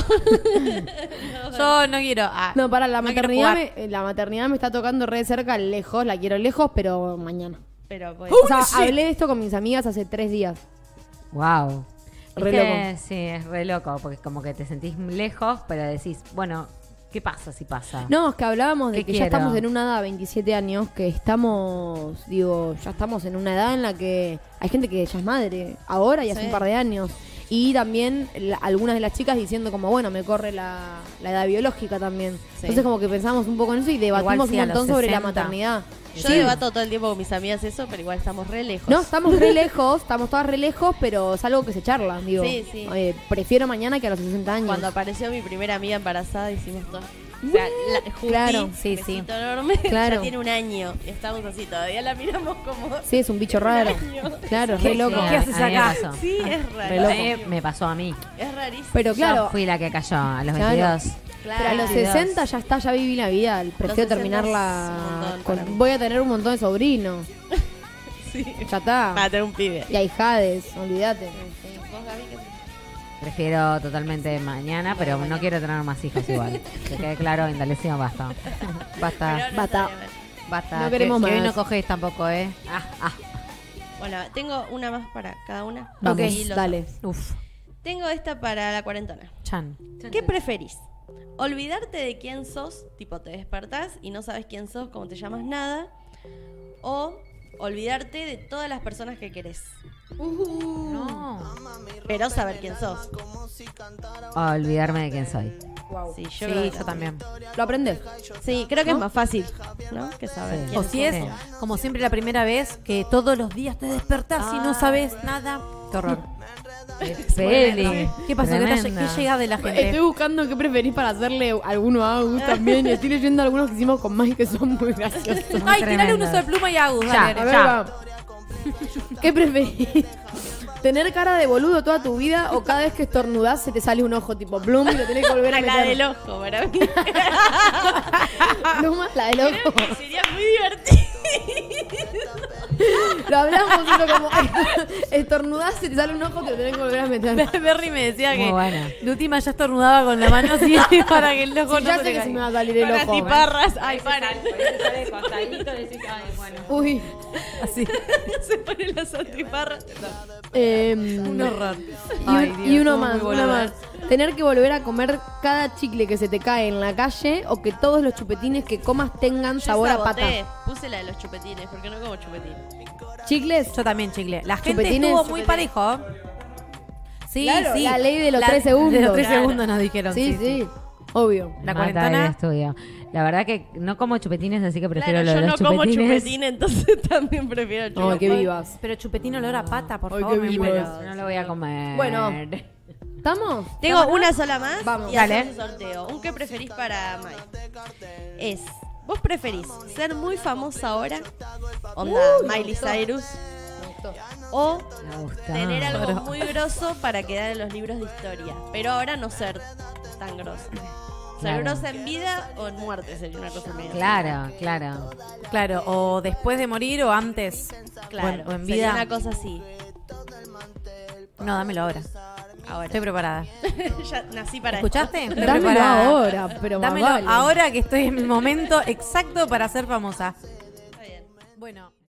[SPEAKER 1] Yo no quiero. ah,
[SPEAKER 2] No, para la
[SPEAKER 1] no quiero
[SPEAKER 2] maternidad,
[SPEAKER 1] jugar.
[SPEAKER 2] me, eh, la maternidad me está tocando re cerca, lejos, la quiero lejos, pero mañana.
[SPEAKER 3] Pero pues,
[SPEAKER 2] o sea, hablé de esto con mis amigas hace tres días.
[SPEAKER 4] Wow.
[SPEAKER 2] Re loco.
[SPEAKER 4] Sí, es re loco, porque como que te sentís lejos, pero decís, bueno, ¿qué pasa si pasa?
[SPEAKER 2] No, es que hablábamos de que
[SPEAKER 4] ¿Qué
[SPEAKER 2] ya
[SPEAKER 4] quiero?
[SPEAKER 2] estamos en una edad, 27 años, que estamos, digo, ya estamos en una edad en la que hay gente que ya es madre, ahora y hace
[SPEAKER 3] Sí.
[SPEAKER 2] un par de años. Y también la- algunas de las chicas diciendo como, bueno, me corre la, la edad biológica también. Entonces como que pensamos un poco en eso y debatimos
[SPEAKER 1] sí,
[SPEAKER 2] un
[SPEAKER 1] a los
[SPEAKER 2] montón sobre la
[SPEAKER 1] 60.
[SPEAKER 2] maternidad.
[SPEAKER 3] yo
[SPEAKER 2] Sí.
[SPEAKER 3] debato todo el tiempo con mis amigas eso, pero igual estamos re lejos.
[SPEAKER 2] No, estamos re lejos, estamos todas re lejos, pero es algo que se charla, digo.
[SPEAKER 3] Sí, sí.
[SPEAKER 2] eh, prefiero mañana que a los 60 años.
[SPEAKER 3] Cuando apareció mi primera amiga embarazada hicimos todo. O sea, la, Juti,
[SPEAKER 2] Claro,
[SPEAKER 1] sí, sí.
[SPEAKER 3] besito enorme,
[SPEAKER 2] Claro.
[SPEAKER 3] ya tiene un año. y Estamos así, todavía la miramos como...
[SPEAKER 2] Sí, es un bicho raro. Claro, re loco.
[SPEAKER 1] ¿Qué haces
[SPEAKER 4] a mí me
[SPEAKER 1] acá?
[SPEAKER 4] pasó.
[SPEAKER 3] Sí, es raro.
[SPEAKER 4] Re loco. Me pasó a mí.
[SPEAKER 3] Es rarísimo.
[SPEAKER 2] Ah, Pero eh, claro,
[SPEAKER 4] Yo fui la que cayó a los
[SPEAKER 2] Claro.
[SPEAKER 4] 22.
[SPEAKER 2] pero a los 60 ya está, ya viví la vida. Prefiero
[SPEAKER 3] 60 es un
[SPEAKER 2] terminarla.
[SPEAKER 3] montón
[SPEAKER 2] con-
[SPEAKER 3] para mí.
[SPEAKER 2] voy a tener un montón de sobrinos.
[SPEAKER 3] Sí.
[SPEAKER 2] Ya está.
[SPEAKER 3] Para tener un pibe.
[SPEAKER 2] Y ahijades, olvídate.
[SPEAKER 3] ¿Vos, Gaby, qué-
[SPEAKER 4] Prefiero totalmente mañana, pero no quiero tener más hijos igual. que quede claro, Indalecio, basta. Basta,
[SPEAKER 3] Pero no
[SPEAKER 2] Bata.
[SPEAKER 3] necesariamente.
[SPEAKER 4] basta.
[SPEAKER 2] No
[SPEAKER 4] Que-
[SPEAKER 2] queremos
[SPEAKER 4] que hoy
[SPEAKER 2] más.
[SPEAKER 4] no cogéis tampoco, ¿eh? Ah, ah.
[SPEAKER 3] Bueno, tengo una más para cada una.
[SPEAKER 2] Vamos,
[SPEAKER 3] Y los-
[SPEAKER 2] dale.
[SPEAKER 4] Uf,
[SPEAKER 3] Tengo esta para la cuarentena.
[SPEAKER 4] Chan.
[SPEAKER 3] ¿Qué preferís? ¿Olvidarte de quién sos? Tipo, te despertás y no sabes quién sos, cómo te llamas, nada. O olvidarte de todas las personas que querés.
[SPEAKER 4] No.
[SPEAKER 3] Pero saber quién sos.
[SPEAKER 4] A olvidarme de quién soy.
[SPEAKER 3] Sí, yo, creo
[SPEAKER 4] Sí,
[SPEAKER 3] que-
[SPEAKER 4] yo también.
[SPEAKER 2] Lo aprendes.
[SPEAKER 3] Sí, creo que es más fácil, ¿no? Que saber
[SPEAKER 4] Sí.
[SPEAKER 3] quién
[SPEAKER 1] O si
[SPEAKER 4] es?
[SPEAKER 1] es, como siempre, la primera vez que todos los días te despertás y no sabes nada. Qué horror.
[SPEAKER 4] Eh, Peli.
[SPEAKER 1] ¿Qué pasó? ¿Qué, te-
[SPEAKER 4] Tremenda.
[SPEAKER 1] qué llega de la
[SPEAKER 2] Estoy
[SPEAKER 1] gente?
[SPEAKER 2] buscando qué preferís para hacerle alguno a Agus también. Y estoy leyendo algunos que hicimos con Mike que son muy graciosos.
[SPEAKER 4] Muy
[SPEAKER 1] Ay, tirale un
[SPEAKER 4] tremendo.
[SPEAKER 1] uso de pluma y Agus.
[SPEAKER 4] Ya,
[SPEAKER 2] A
[SPEAKER 1] dale.
[SPEAKER 2] ver,
[SPEAKER 4] Ya.
[SPEAKER 2] va. ¿Qué preferís? ¿Tener cara de boludo toda tu vida o cada vez que estornudás se te sale un ojo tipo plum y lo tenés que volver a
[SPEAKER 3] La,
[SPEAKER 2] meter?
[SPEAKER 3] del ojo, para mí.
[SPEAKER 2] Pluma, la del ojo.
[SPEAKER 3] Sería muy divertido.
[SPEAKER 2] Lo hablamos pero como estornudás se te sale un ojo te lo tenés que volver a meter.
[SPEAKER 1] Berry me decía
[SPEAKER 4] Muy
[SPEAKER 1] que
[SPEAKER 4] buena.
[SPEAKER 1] Lutima ya estornudaba con la mano así para que el ojo
[SPEAKER 2] Sí,
[SPEAKER 1] no
[SPEAKER 2] ya
[SPEAKER 1] se
[SPEAKER 2] sé
[SPEAKER 1] le
[SPEAKER 2] que se me
[SPEAKER 1] caiga.
[SPEAKER 2] va a ¿eh? salir el ojo.
[SPEAKER 3] Barras, ay, paren.
[SPEAKER 2] ¿eh? Uy,
[SPEAKER 1] Así.
[SPEAKER 3] Se ponen las antiparras.
[SPEAKER 2] eh,
[SPEAKER 1] Un horror.
[SPEAKER 2] Y,
[SPEAKER 1] Ay,
[SPEAKER 2] un-
[SPEAKER 1] Dios,
[SPEAKER 2] y uno
[SPEAKER 1] somos
[SPEAKER 2] más,
[SPEAKER 1] muy
[SPEAKER 2] uno
[SPEAKER 1] boludas.
[SPEAKER 2] más. Tener que volver a comer cada chicle que se te cae en la calle o que todos los chupetines que comas tengan
[SPEAKER 3] Yo
[SPEAKER 2] sabor a pata.
[SPEAKER 3] saboteé. Puse la de los chupetines, porque no como chupetines.
[SPEAKER 2] ¿Chicles?
[SPEAKER 1] Yo también chicle. La gente
[SPEAKER 2] Chupetines,
[SPEAKER 1] estuvo muy
[SPEAKER 2] chupetines.
[SPEAKER 1] parejo. Sí,
[SPEAKER 2] Claro,
[SPEAKER 1] sí.
[SPEAKER 2] la ley de los tres segundos.
[SPEAKER 1] De los tres
[SPEAKER 2] Claro.
[SPEAKER 1] segundos nos dijeron.
[SPEAKER 2] Sí, sí, obvio.
[SPEAKER 1] La
[SPEAKER 4] Mata
[SPEAKER 1] cuarentena.
[SPEAKER 4] el estudio. La verdad que no como chupetines, así que prefiero
[SPEAKER 3] Claro,
[SPEAKER 4] lo de
[SPEAKER 3] yo no
[SPEAKER 4] los
[SPEAKER 3] como
[SPEAKER 4] chupetines.
[SPEAKER 3] chupetines, entonces también prefiero
[SPEAKER 2] Ay, qué
[SPEAKER 3] chupetines.
[SPEAKER 2] vivas.
[SPEAKER 1] Pero chupetino olor a pata, por
[SPEAKER 2] Ay,
[SPEAKER 1] favor.
[SPEAKER 2] qué
[SPEAKER 1] me
[SPEAKER 2] vivas.
[SPEAKER 1] muero.
[SPEAKER 4] No lo voy a comer.
[SPEAKER 2] Bueno. ¿Estamos?
[SPEAKER 3] Tengo una sola más
[SPEAKER 2] Vamos.
[SPEAKER 3] y
[SPEAKER 4] Dale.
[SPEAKER 3] hacemos un sorteo. Un que preferís para Mike. Es, vos preferís ser muy famosa ahora, onda Miley Cyrus, o
[SPEAKER 4] Me gusta.
[SPEAKER 3] tener algo muy grosso para quedar en los libros de historia, pero ahora no ser tan grosa. Ser
[SPEAKER 4] Claro.
[SPEAKER 3] grosa en vida o en muerte sería una cosa medio.
[SPEAKER 4] Claro, claro.
[SPEAKER 1] Claro, o después de morir o antes.
[SPEAKER 3] Claro,
[SPEAKER 1] O en- o en
[SPEAKER 3] sería
[SPEAKER 1] vida.
[SPEAKER 3] una cosa así.
[SPEAKER 1] No, dámelo ahora.
[SPEAKER 3] Ahora.
[SPEAKER 1] Estoy preparada.
[SPEAKER 3] ya nací para esto.
[SPEAKER 1] ¿Escuchaste? Estoy
[SPEAKER 2] Dámelo
[SPEAKER 1] preparada.
[SPEAKER 2] ahora, pero más
[SPEAKER 1] Dámelo
[SPEAKER 2] vale.
[SPEAKER 1] ahora que estoy en el momento exacto para ser famosa.
[SPEAKER 3] Está bien.
[SPEAKER 1] Bueno.